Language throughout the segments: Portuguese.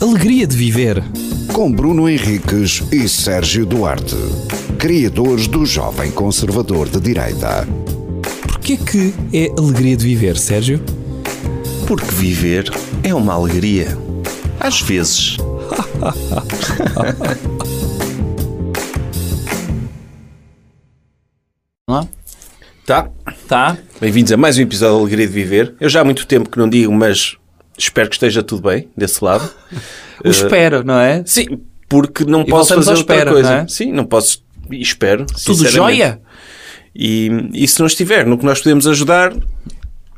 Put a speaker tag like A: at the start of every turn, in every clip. A: alegria de viver.
B: Com Bruno Henriques e Sérgio Duarte, criadores do Jovem Conservador de Direita.
A: Porquê que é alegria de viver, Sérgio?
C: Porque viver é uma alegria. Às vezes.
D: é?
C: Tá?
D: Tá?
C: Bem-vindos a mais um episódio da Alegria de Viver. Eu já há muito tempo que não digo, mas espero que esteja tudo bem desse lado. Eh,
D: O espero, não é?
C: Sim, porque não posso
D: voltamos
C: fazer
D: ao
C: outra
D: espero,
C: coisa.
D: não é?
C: Sim, não posso. e Espero.
D: Tudo
C: sinceramente.
D: jóia?
C: E, e se não estiver, no que nós podemos ajudar,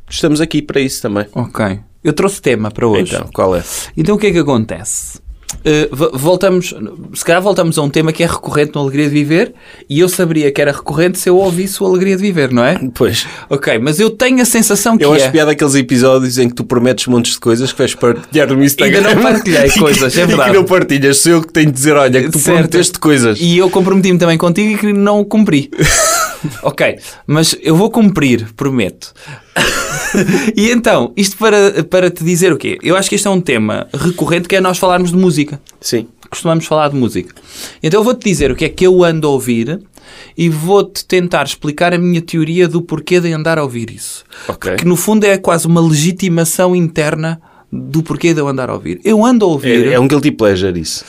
C: estamos aqui para isso também.
D: Ok. Eu trouxe tema para hoje.
C: Então, qual é?
D: Então o que é que acontece? Uh, vo- voltamos, se calhar voltamos a um tema que é recorrente no Alegria de Viver e eu saberia que era recorrente se eu ouvisse o Alegria de Viver, não é?
C: Pois.
D: Ok, mas eu tenho a sensação que
C: Eu acho
D: é.
C: piada aqueles episódios em que tu prometes montes de coisas que vais partilhar no Instagram.
D: Ainda não partilhei
C: E que-
D: coisas, é
C: E
D: verdade.
C: que não partilhas, sou eu que tenho de dizer, olha, que tu
D: Certo.
C: prometeste coisas.
D: E eu comprometi-me também contigo e que não o cumpri. ok, mas eu vou cumprir, prometo. e então, isto para, para te dizer o quê? Eu acho que este é um tema recorrente que é nós falarmos de música.
C: Sim.
D: costumamos falar de música. Então eu vou-te dizer o que é que eu ando a ouvir e vou-te tentar explicar a minha teoria do porquê de andar a ouvir isso.
C: Ok.
D: Que no fundo é quase uma legitimação interna do porquê de eu andar a ouvir. Eu ando a ouvir.
C: É, é um guilty pleasure isso.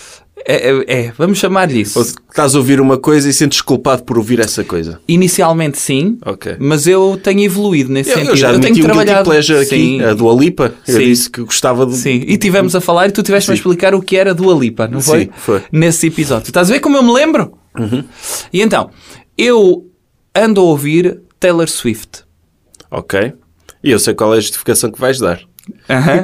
D: É, é- é, vamos chamar-lhe
C: Ou
D: isso.
C: se estás a ouvir uma coisa e sentes culpado por ouvir essa coisa.
D: Inicialmente sim,
C: Ok.
D: mas eu tenho evoluído nesse
C: Eu,
D: sentido.
C: eu já
D: tenho
C: admiti um guilty
D: trabalhado.
C: pleasure aqui,
D: Sim.
C: a Dua Lipa. Eu
D: Sim.
C: disse que gostava de...
D: Sim, e tivemos a falar e tu tiveste a explicar o que era Dua Lipa, não foi?
C: Sim, foi. Uhum.
D: Nesse episódio. Estás a ver como eu me lembro? E então, eu ando a ouvir Taylor Swift.
C: Ok. E eu sei qual é a justificação que vais dar.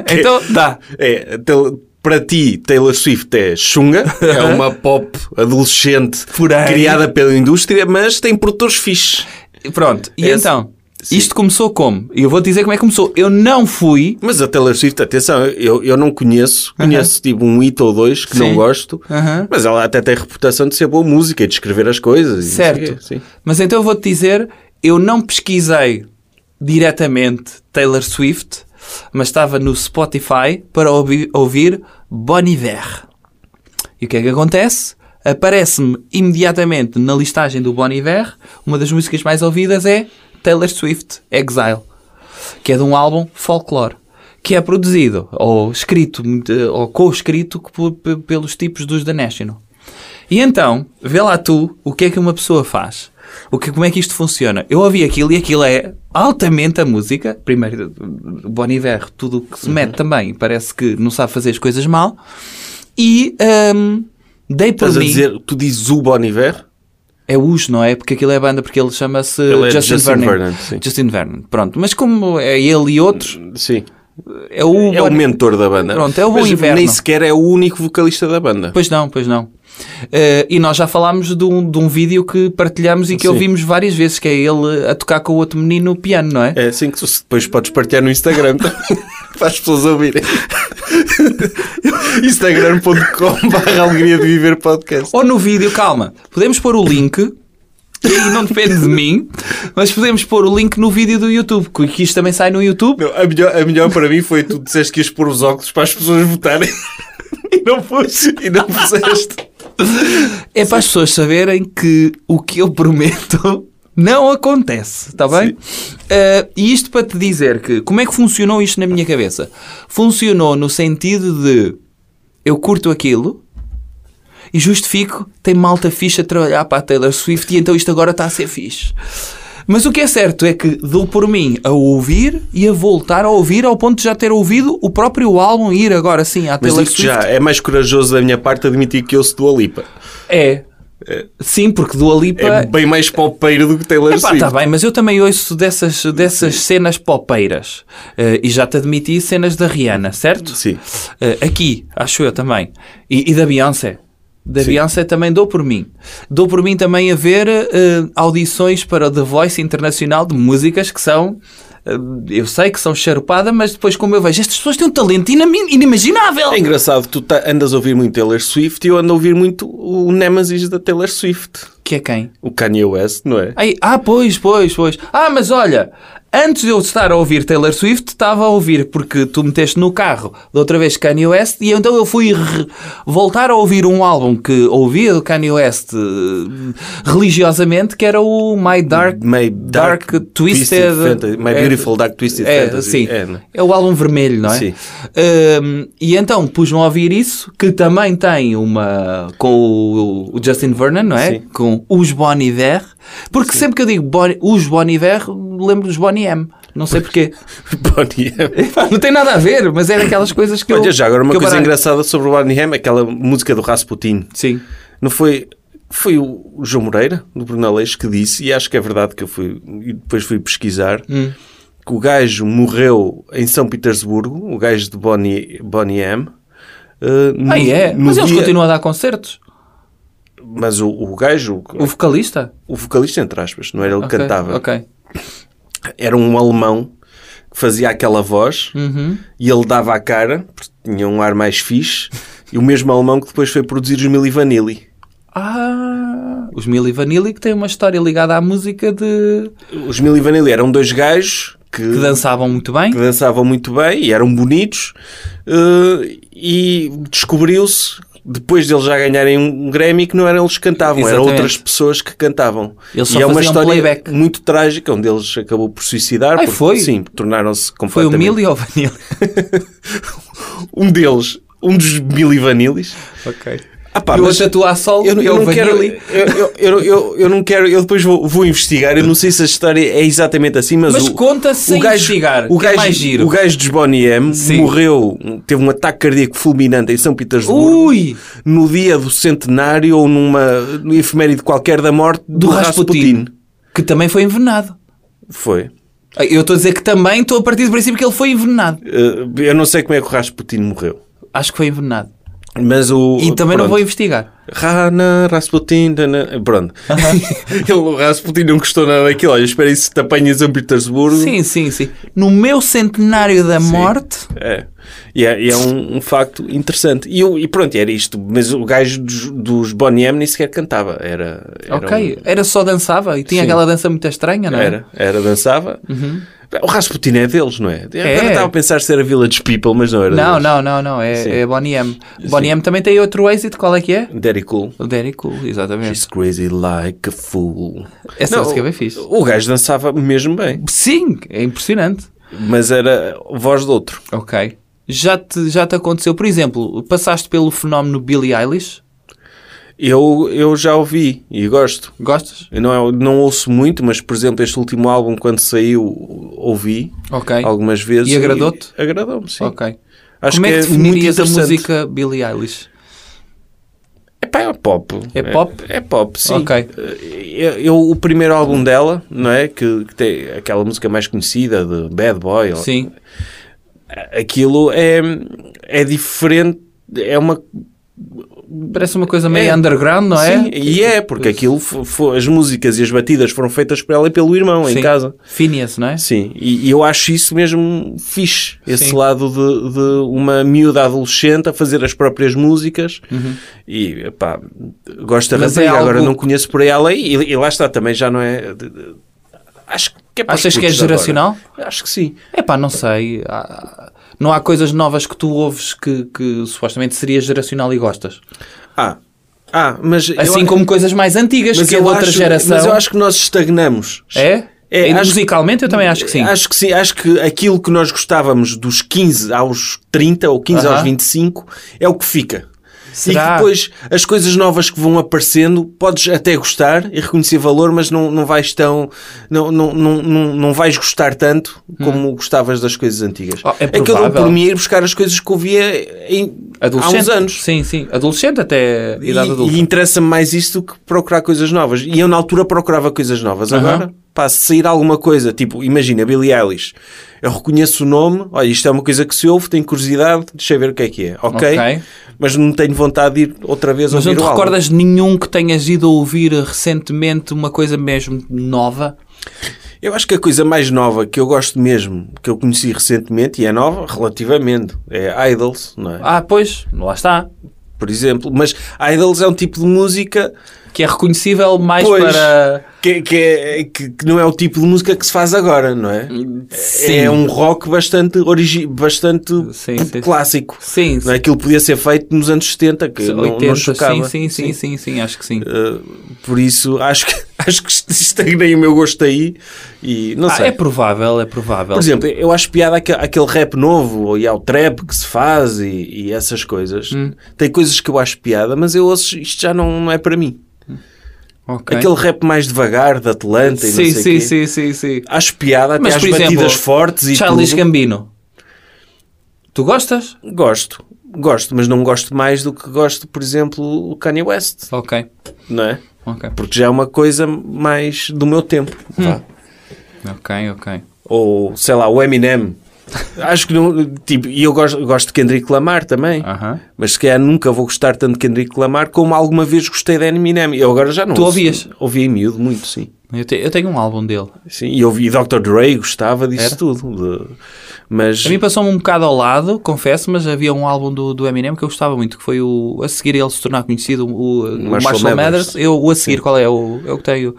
D: Então, dá.
C: É, tel- para ti, Taylor Swift é chunga, é uma pop adolescente
D: Porém-
C: criada pela indústria, mas tem produtores fixes.
D: Pronto, e
C: É Esse-
D: então, isto começou como? E eu vou dizer como é que começou. Eu não fui...
C: Mas a Taylor Swift, atenção, eu, eu não conheço, conheço tipo um hit ou dois que não
D: Sim.
C: gosto,
D: Aham.
C: mas ela até tem reputação de ser boa música e de escrever as coisas. e não sei o quê,
D: Certo.
C: sim.
D: Mas então eu vou-te dizer, eu não pesquisei diretamente Taylor Swift, mas estava no Spotify para ouvi- ouvir Bon Iver. E o que é que acontece? Aparece-me imediatamente na listagem do Bon Iver, uma das músicas mais ouvidas é Taylor Swift Exile, que é de um álbum Folklore, que é produzido ou escrito eh, ou co-escrito por- pe- pelos tipos dos The National. E então, vê lá tu o que é que uma pessoa faz. O que, como é que isto funciona? Eu ouvi aquilo e aquilo é altamente a música. Primeiro, o Bon Iver, tudo o que se mete também, parece que não sabe fazer as coisas mal. E hum, dei por
C: Estás a
D: mim.
C: dizer, tu dizes o Bon Iver?
D: É Us, não é? Porque aquilo é banda, porque ele chama-se
C: Ele é
D: Justin,
C: Justin
D: Vernon.
C: Vernon, sim.
D: Justin Vernon, pronto. Mas como é ele e outros,
C: Sim.
D: é o...
C: É o
D: Bon-
C: mentor da banda.
D: Pronto, é o Bon
C: Mas
D: Iver,
C: Nem
D: não.
C: sequer é o único vocalista da banda.
D: Pois não, pois não. Eh, e nós já falámos de um, de um vídeo que partilhamos e que
C: Sim.
D: ouvimos várias vezes, que é ele a tocar com o outro menino o piano, não é?
C: É assim que tu depois podes partilhar no Instagram para as pessoas ouvirem. Instagram.com barra alegria de viver podcast.
D: Ou no vídeo, calma, podemos pôr o link... E aí não depende de mim, mas podemos pôr o link no vídeo do YouTube, que isto também sai no YouTube.
C: Não, a, melhor, a melhor para mim foi tu disseste que ias pôr os óculos para as pessoas votarem e não pôs. E não puseste.
D: É para as pessoas saberem que o que eu prometo não acontece, está bem? Eh, e isto para te dizer que como é que funcionou isto na minha cabeça? Funcionou no sentido de eu curto aquilo e justifico, tem malta ficha a trabalhar para a Taylor Swift e então isto agora está a ser fixe. Mas o que é certo é que dou por mim a ouvir e a voltar a ouvir ao ponto de já ter ouvido o próprio álbum e ir agora sim à
C: Mas
D: Taylor
C: digo
D: Swift.
C: já, é mais corajoso da minha parte admitir que eu sou do Alipa.
D: É. Sim, porque do Alipa
C: É bem mais palpeiro do que Taylor
D: Epá, tá
C: Swift.
D: está bem, mas eu também ouço dessas, dessas cenas popeiras. Eh, e já te admiti cenas da Rihanna, certo?
C: Sim.
D: Eh, aqui, acho eu também. E, e da Beyoncé. Da Beyoncé também dou por mim. Dou por mim também a ver eh, audições para o The Voice Internacional de músicas que são. eh, eu sei que são charupada, mas depois, como eu vejo, estas pessoas têm um talento inami- inimaginável.
C: É engraçado, tu tá- andas a ouvir muito Taylor Swift e eu ando a ouvir muito o Nemesis da Taylor Swift.
D: Que é quem?
C: O Kanye West, não é?
D: Aí, ah, pois, pois, pois. Ah, mas olha, Antes de eu estar a ouvir Taylor Swift, estava a ouvir, porque tu meteste no carro da outra vez Kanye West, e então eu fui re- voltar a ouvir um álbum que ouvia do Kanye West eh, religiosamente, que era o My Dark,
C: My
D: Dark, Twisted,
C: Fantasy. My
D: é,
C: Beautiful Dark Twisted
D: é,
C: Fantasy.
D: Sim.
C: É,
D: É,
C: né?
D: o álbum vermelho, não é?
C: Sim.
D: Hum, e então pus-me a ouvir isso, que também tem uma. com o, o Justin Vernon, não é?
C: Sim.
D: Com os Bon Iver. Porque sempre que eu digo Bon- os Bon Iver, lembro dos Bonnie M. Não sei porquê.
C: Bonnie M.
D: Pá, não tem nada a ver, mas é daquelas coisas que eu.
C: Olha, já agora uma
D: que eu
C: coisa
D: baralho.
C: engraçada sobre o Bonnie M, aquela música do Rasputin.
D: Sim.
C: Não foi. Foi o João Moreira, do Brunalês, que disse, e acho que é verdade que eu fui, e depois fui pesquisar,
D: Hum.
C: que o gajo morreu em São Petersburgo, o gajo de Bonnie, Bonnie M. eh, no-
D: Ah, é?
C: no
D: Mas eles
C: dia-
D: continuam a dar concertos.
C: Mas o, o gajo,
D: O vocalista?
C: o vocalista, entre aspas, não era ele que
D: Ok,
C: cantava,
D: Ok.
C: era um alemão que fazia aquela voz
D: Uhum.
C: e ele dava a cara, porque tinha um ar mais fixe, e o mesmo alemão que depois foi produzir os Milli Vanilli.
D: Ah, os Milli Vanilli que têm uma história ligada à música de.
C: Os Milli Vanilli eram dois gajos que,
D: que dançavam muito bem.
C: que dançavam muito bem e eram bonitos, eh, e descobriu-se, depois deles já ganharem um Grammy, que não eram eles que cantavam, eram
D: Exatamente.
C: outras pessoas que cantavam.
D: Eles só
C: e é uma
D: faziam
C: história
D: playback.
C: muito trágica, um deles acabou por suicidar,
D: Ai,
C: porque,
D: foi?
C: sim, tornaram-se
D: Foi o
C: completamente...
D: Milli ou o Vanilli?
C: Um deles, um dos Milli Vanilis.
D: Ok.
C: Ah pá,
D: E o
C: mas
D: outro atua a sol
C: eu, não-
D: e
C: eu
D: o
C: não quero,
D: Vanilli.
C: eu, eu, eu, eu- eu não quero, eu depois vou, vou investigar, eu não sei se a história é exatamente assim, mas,
D: Mas
C: o,
D: conta sem investigar,
C: o
D: que é
C: gajo,
D: mais giro.
C: O gajo dos Bonnie M
D: Sim.
C: morreu, teve um ataque cardíaco fulminante em São Petersburgo.
D: Ui!
C: No dia do centenário ou numa, numa efeméride qualquer da morte
D: Do Rasputin. Que também foi envenenado.
C: Foi.
D: Eu estou a dizer que também estou a partir do princípio que ele foi envenenado.
C: Eh, eu não sei como é que o Rasputin morreu.
D: Acho que foi envenenado.
C: Mas o,
D: E também não
C: pronto.
D: vou investigar.
C: Rana, Rasputin, dana, pronto. Ele, o Rasputin não gostou nada daquilo. Olha, espera aí se te apanha em São Petersburgo.
D: Sim, sim, sim. No meu centenário da morte,
C: É. E é, e é um, um facto interessante. E, o- e pronto, era isto. Mas o gajo dos, dos Bonnie M nem sequer cantava. Era, era
D: ok,
C: um-
D: era só dançava e tinha
C: Sim.
D: aquela dança muito estranha, não é? Uhum.
C: era, era, dançava. O Rasputin é deles, não é? Eu
D: É.
C: agora estava a pensar se era Village People, mas não era
D: Não,
C: deles.
D: não, não, não,
C: Sim.
D: é, é Bonnie M. Bonnie M também tem outro êxito, qual é que é?
C: Daddy Cool.
D: O Danny Cool, exatamente.
C: She's crazy like a fool.
D: É. Essa música é bem fixe.
C: O gajo dançava mesmo bem,
D: Sim, é impressionante.
C: mas era voz de outro.
D: Ok. Já te, já te aconteceu, por exemplo, passaste pelo fenómeno Billie Eilish?
C: Eu, eu já ouvi e gosto.
D: Gostas?
C: Eu não, é, não ouço muito, mas por exemplo, este último álbum, quando saiu, ouvi
D: Ok.
C: algumas vezes.
D: E agradou-te?
C: e- Agradou-me, sim.
D: Ok.
C: Acho
D: Como é que
C: muito
D: definirias a
C: interessante.
D: música Billie Eilish?
C: Epá, é pop.
D: É pop?
C: É, pop, sim. Eh,
D: Ok.
C: Eu, eu- o primeiro álbum dela, não é? Que, que tem aquela música mais conhecida de Bad Boy. ou-
D: Sim.
C: Aquilo é, é diferente. É uma
D: Parece uma coisa meio
C: É.
D: underground, não é?
C: Sim, e é, porque aquilo fo- fo- as músicas e as batidas foram feitas por ela e pelo irmão
D: Sim.
C: em casa.
D: Phineas, não é?
C: Sim, e, e eu acho isso mesmo fixe, esse
D: Sim.
C: lado de, de uma miúda adolescente a fazer as próprias músicas e pá, gosto da
D: Uhum. Mas
C: rapariga,
D: é algo-
C: agora não conheço por ela e, e lá está, também já não é... de- de- Acho que é para os
D: Achas que é
C: putos agora.
D: geracional?
C: Acho que sim.
D: É pá, não sei. Há- Não há coisas novas que tu ouves que, que supostamente seria geracional e gostas.
C: Ah, ah mas... eu-
D: Assim como coisas mais antigas
C: mas
D: que é de
C: eu
D: outra
C: acho-
D: geração.
C: Mas eu acho que nós estagnamos.
D: É?
C: É,
D: E
C: acho-
D: musicalmente eu também acho que sim.
C: Acho que sim, acho que aquilo que nós gostávamos dos 15 aos 30 ou 15 aos
D: Aham.
C: 25 é o que fica. E que
D: Será?
C: depois as coisas novas que vão aparecendo, podes até gostar e reconhecer valor, mas não, não vais tão. Não, não, não, não, não vais gostar tanto como gostavas das coisas antigas.
D: Ah, Hum. é
C: que eu dou
D: provável.
C: por mim a ir buscar as coisas que ouvia em, há
D: Adolescente.
C: uns anos.
D: Sim, sim. Adolescente até
C: E,
D: idade adulta.
C: e interessa-me mais isto do que procurar coisas novas. E eu, na altura, procurava coisas novas. Agora, pá, se sair alguma coisa, tipo, imagina, Billie Eilish. Eu reconheço o nome, olha, isto é uma coisa que se ouve, tenho curiosidade, deixa eu ver o que é que é, ok?
D: Ok.
C: Mas não tenho vontade de ir outra vez
D: Mas não
C: ouvir
D: te
C: o álbum.
D: recordas de nenhum que tenhas ido ouvir recentemente uma coisa mesmo nova?
C: Eu acho que a coisa mais nova que eu gosto mesmo, que eu conheci recentemente, e é nova relativamente, é Idols, não é?
D: Ah, pois, lá está.
C: Por exemplo. Mas Idols é um tipo de música
D: Que é reconhecível mais
C: Pois.
D: para
C: que, que, é- que- que não é o tipo de música que se faz agora, não é?
D: Sim.
C: É um rock bastante, origi bastante
D: Sim, sim, sim.
C: clássico.
D: Sim,
C: Não é? Aquilo podia ser feito nos anos 70, que não, não
D: 80,
C: chocava. Uh,
D: sim, sim, sim, sim, sim, acho que sim.
C: Por isso, acho que, acho que estagnei o meu gosto aí e não
D: Ah,
C: sei.
D: é provável, é provável.
C: Por exemplo, eu acho piada àque- àquele rap novo e ao trap que se faz e, e essas coisas.
D: Hum.
C: Tem coisas que eu acho piada, mas eu ouço isto já não, não é para mim.
D: Ok.
C: Aquele rap mais devagar da Atlanta e
D: sim,
C: não sei
D: sim,
C: quê.
D: sim, sim, sim.
C: Acho piada, até
D: Mas,
C: às
D: por exemplo,
C: batidas fortes e
D: Charles
C: tudo.
D: Gambino. Tu gostas?
C: Gosto, gosto, mas não gosto mais do que gosto, por exemplo, o Kanye West,
D: Ok,
C: não é?
D: ok,
C: Porque já é uma coisa mais do meu tempo.
D: Hum.
C: vá.
D: ok, ok.
C: Ou, sei lá, o Eminem. Acho que não... Tipo, e eu gosto, gosto de Kendrick Lamar também.
D: Aham.
C: Mas se calhar nunca vou gostar tanto de Kendrick Lamar como alguma vez gostei de Eminem. Eu agora já não.
D: Tu
C: ouço.
D: ouvias?
C: Ouvi em miúdo muito, sim.
D: Eu, te- eu tenho um álbum dele.
C: sim. E ouvi Dr. Dre, gostava disso
D: Era?
C: tudo. de- Mas
D: A mim passou-me um bocado ao lado, confesso, mas havia um álbum do, do Eminem que eu gostava muito, que foi o a seguir ele se tornar conhecido, o, o Marshall,
C: Marshall
D: Mathers.
C: Mathers.
D: Eu, o a seguir, qual é? O, eu que tenho.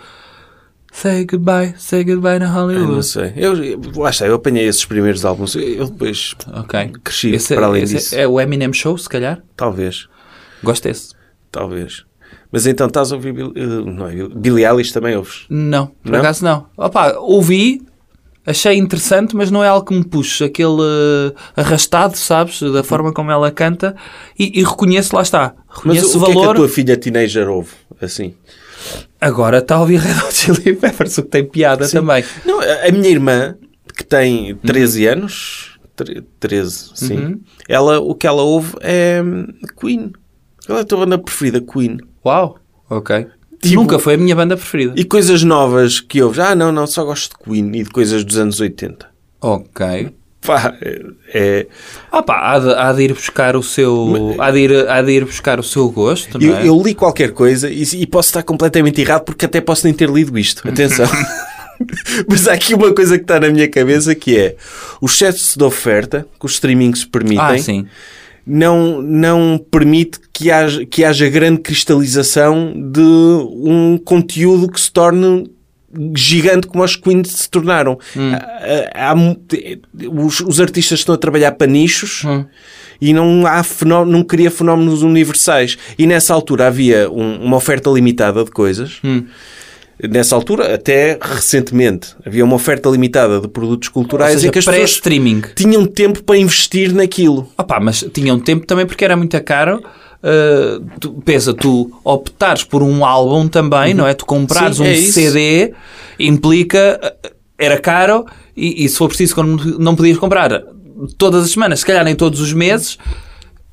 D: Say goodbye, say goodbye na
C: eu não
D: Hollywood.
C: sei. Eu, lá está, eu apanhei esses primeiros álbuns. Eu depois,
D: Ok.
C: Cresci para além
D: esse
C: disso.
D: É o Eminem Show, se calhar.
C: talvez,
D: Gosto desse.
C: talvez. Mas então estás a ouvir Bill, eh, não é, Bill- Billie Eilish também ouves?
D: Não, por
C: Não?
D: acaso não. Opa, ouvi, achei interessante, mas não é algo que me puxe. Aquele eh, arrastado, sabes? Da forma como ela canta. E, e reconheço, lá está.
C: Mas
D: Reconheço
C: o, o
D: o
C: que é que a
D: valor.
C: tua filha teenager ouve? Assim.
D: Agora está a ouvir Red Hot Chili Peppers, o que tem piada também.
C: Não, a a minha irmã, que tem 13 anos, tre- 13, sim, ela, o que ela ouve é hum, Queen. Ela é a tua banda preferida, Queen.
D: Uau, ok.
C: Tipo-
D: Nunca foi a minha banda preferida.
C: E coisas novas que ouves, ah não, não, só gosto de Queen e de coisas dos anos 80.
D: Ok.
C: Pá, é, é-
D: Ah pá, há de, há de ir buscar o seu... Há de ir, há de ir buscar o seu gosto,
C: eu,
D: não é?
C: eu li qualquer coisa e, e posso estar completamente errado porque até posso nem ter lido isto. Atenção. Mas há aqui uma coisa que está na minha cabeça que é o excesso de oferta que os streamings permitem.
D: ah, sim.
C: não, não permite que haja, que haja grande cristalização de um conteúdo que se torne gigante como as Queen se tornaram.
D: Hum.
C: Ah, Há- há mu- os, os artistas estão a trabalhar para nichos
D: Hum.
C: e não, há fenó- não cria fenómenos universais. E nessa altura havia um- uma oferta limitada de coisas.
D: Hum.
C: Nessa altura, até recentemente, havia uma oferta limitada de produtos
D: Ou
C: culturais
D: seja,
C: em que as pessoas
D: pré-streaming.
C: tinham tempo para investir naquilo.
D: Ah pá, mas tinham tempo também porque era muito caro. Uh, tu- pensa, tu optares por um álbum também, não é? Tu comprares
C: Uhum. Sim,
D: um
C: é isso.
D: CD implica. uh, Era caro e, e se for preciso, quando não podias comprar todas as semanas, se calhar nem todos os meses,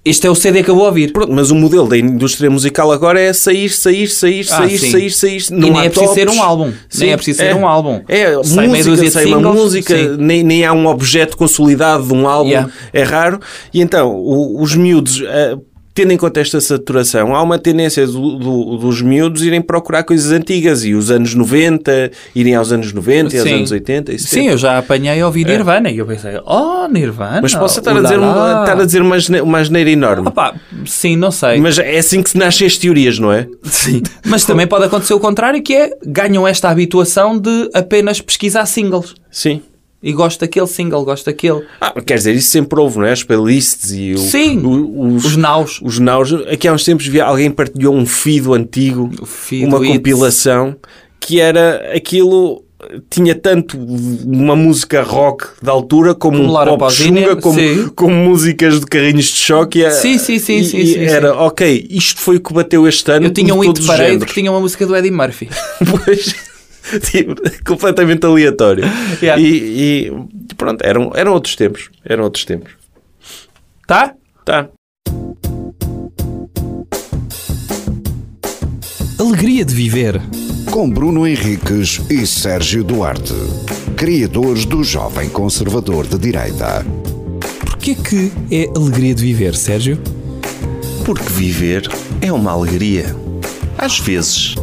D: este é o CD que eu vou ouvir.
C: Pronto, mas o modelo da indústria musical agora é sair, sair, sair,
D: Ah,
C: sair,
D: sim.
C: sair, sair.
D: E nem é preciso ser um álbum. Nem é preciso ser um álbum.
C: É,
D: Sai meia dúzia
C: música,
D: de
C: sai uma
D: singles,
C: música,
D: sim.
C: nem, nem há um objeto consolidado de um álbum.
D: Yeah.
C: É raro. E então, o- os miúdos... eh, Tendo em conta esta saturação, há uma tendência do- do- dos miúdos irem procurar coisas antigas e os anos 90, irem aos anos 90 e aos
D: Sim.
C: anos é- 80 e 70.
D: Sim, eu já apanhei a ouvir Nirvana e eu pensei, oh, Nirvana.
C: Mas posso estar a
D: ulala.
C: dizer, uma- estar a dizer uma, gene- uma asneira enorme.
D: Ah pá, sim, não sei.
C: Mas é assim que se nascem as teorias, não é?
D: Sim. Mas também pode acontecer o contrário, que é ganham esta habituação de apenas pesquisar singles.
C: Sim.
D: E gosto daquele single, gosto daquele.
C: Ah, quer dizer, isso sempre houve, não é? As playlists e o-
D: Sim.
C: o- os,
D: Os naus.
C: os naus. Aqui há uns tempos vi alguém partilhou um fido antigo,
D: fido,
C: uma
D: it's-
C: compilação, que era aquilo... Tinha tanto uma música rock da altura, como,
D: Como
C: um
D: Laura
C: pop
D: Pausini,
C: chunga,
D: sim.
C: como, como músicas de carrinhos de choque. e-
D: Sim, sim, sim,
C: e-
D: sim,
C: e
D: sim, sim.
C: Era, ok, isto foi o que bateu este ano.
D: Eu tinha
C: de
D: um hit
C: todos os
D: parede
C: géneros.
D: que tinha uma música do Eddie Murphy.
C: Pois, tipo, completamente aleatório.
D: Yeah.
C: E, e, pronto, eram, eram outros tempos. Eram outros tempos.
D: Tá?
C: Tá.
A: Alegria de viver.
B: Com Bruno Henriques e Sérgio Duarte, criadores do Jovem Conservador de Direita.
A: Porquê que é alegria de viver, Sérgio?
E: Porque viver é uma alegria. Às vezes.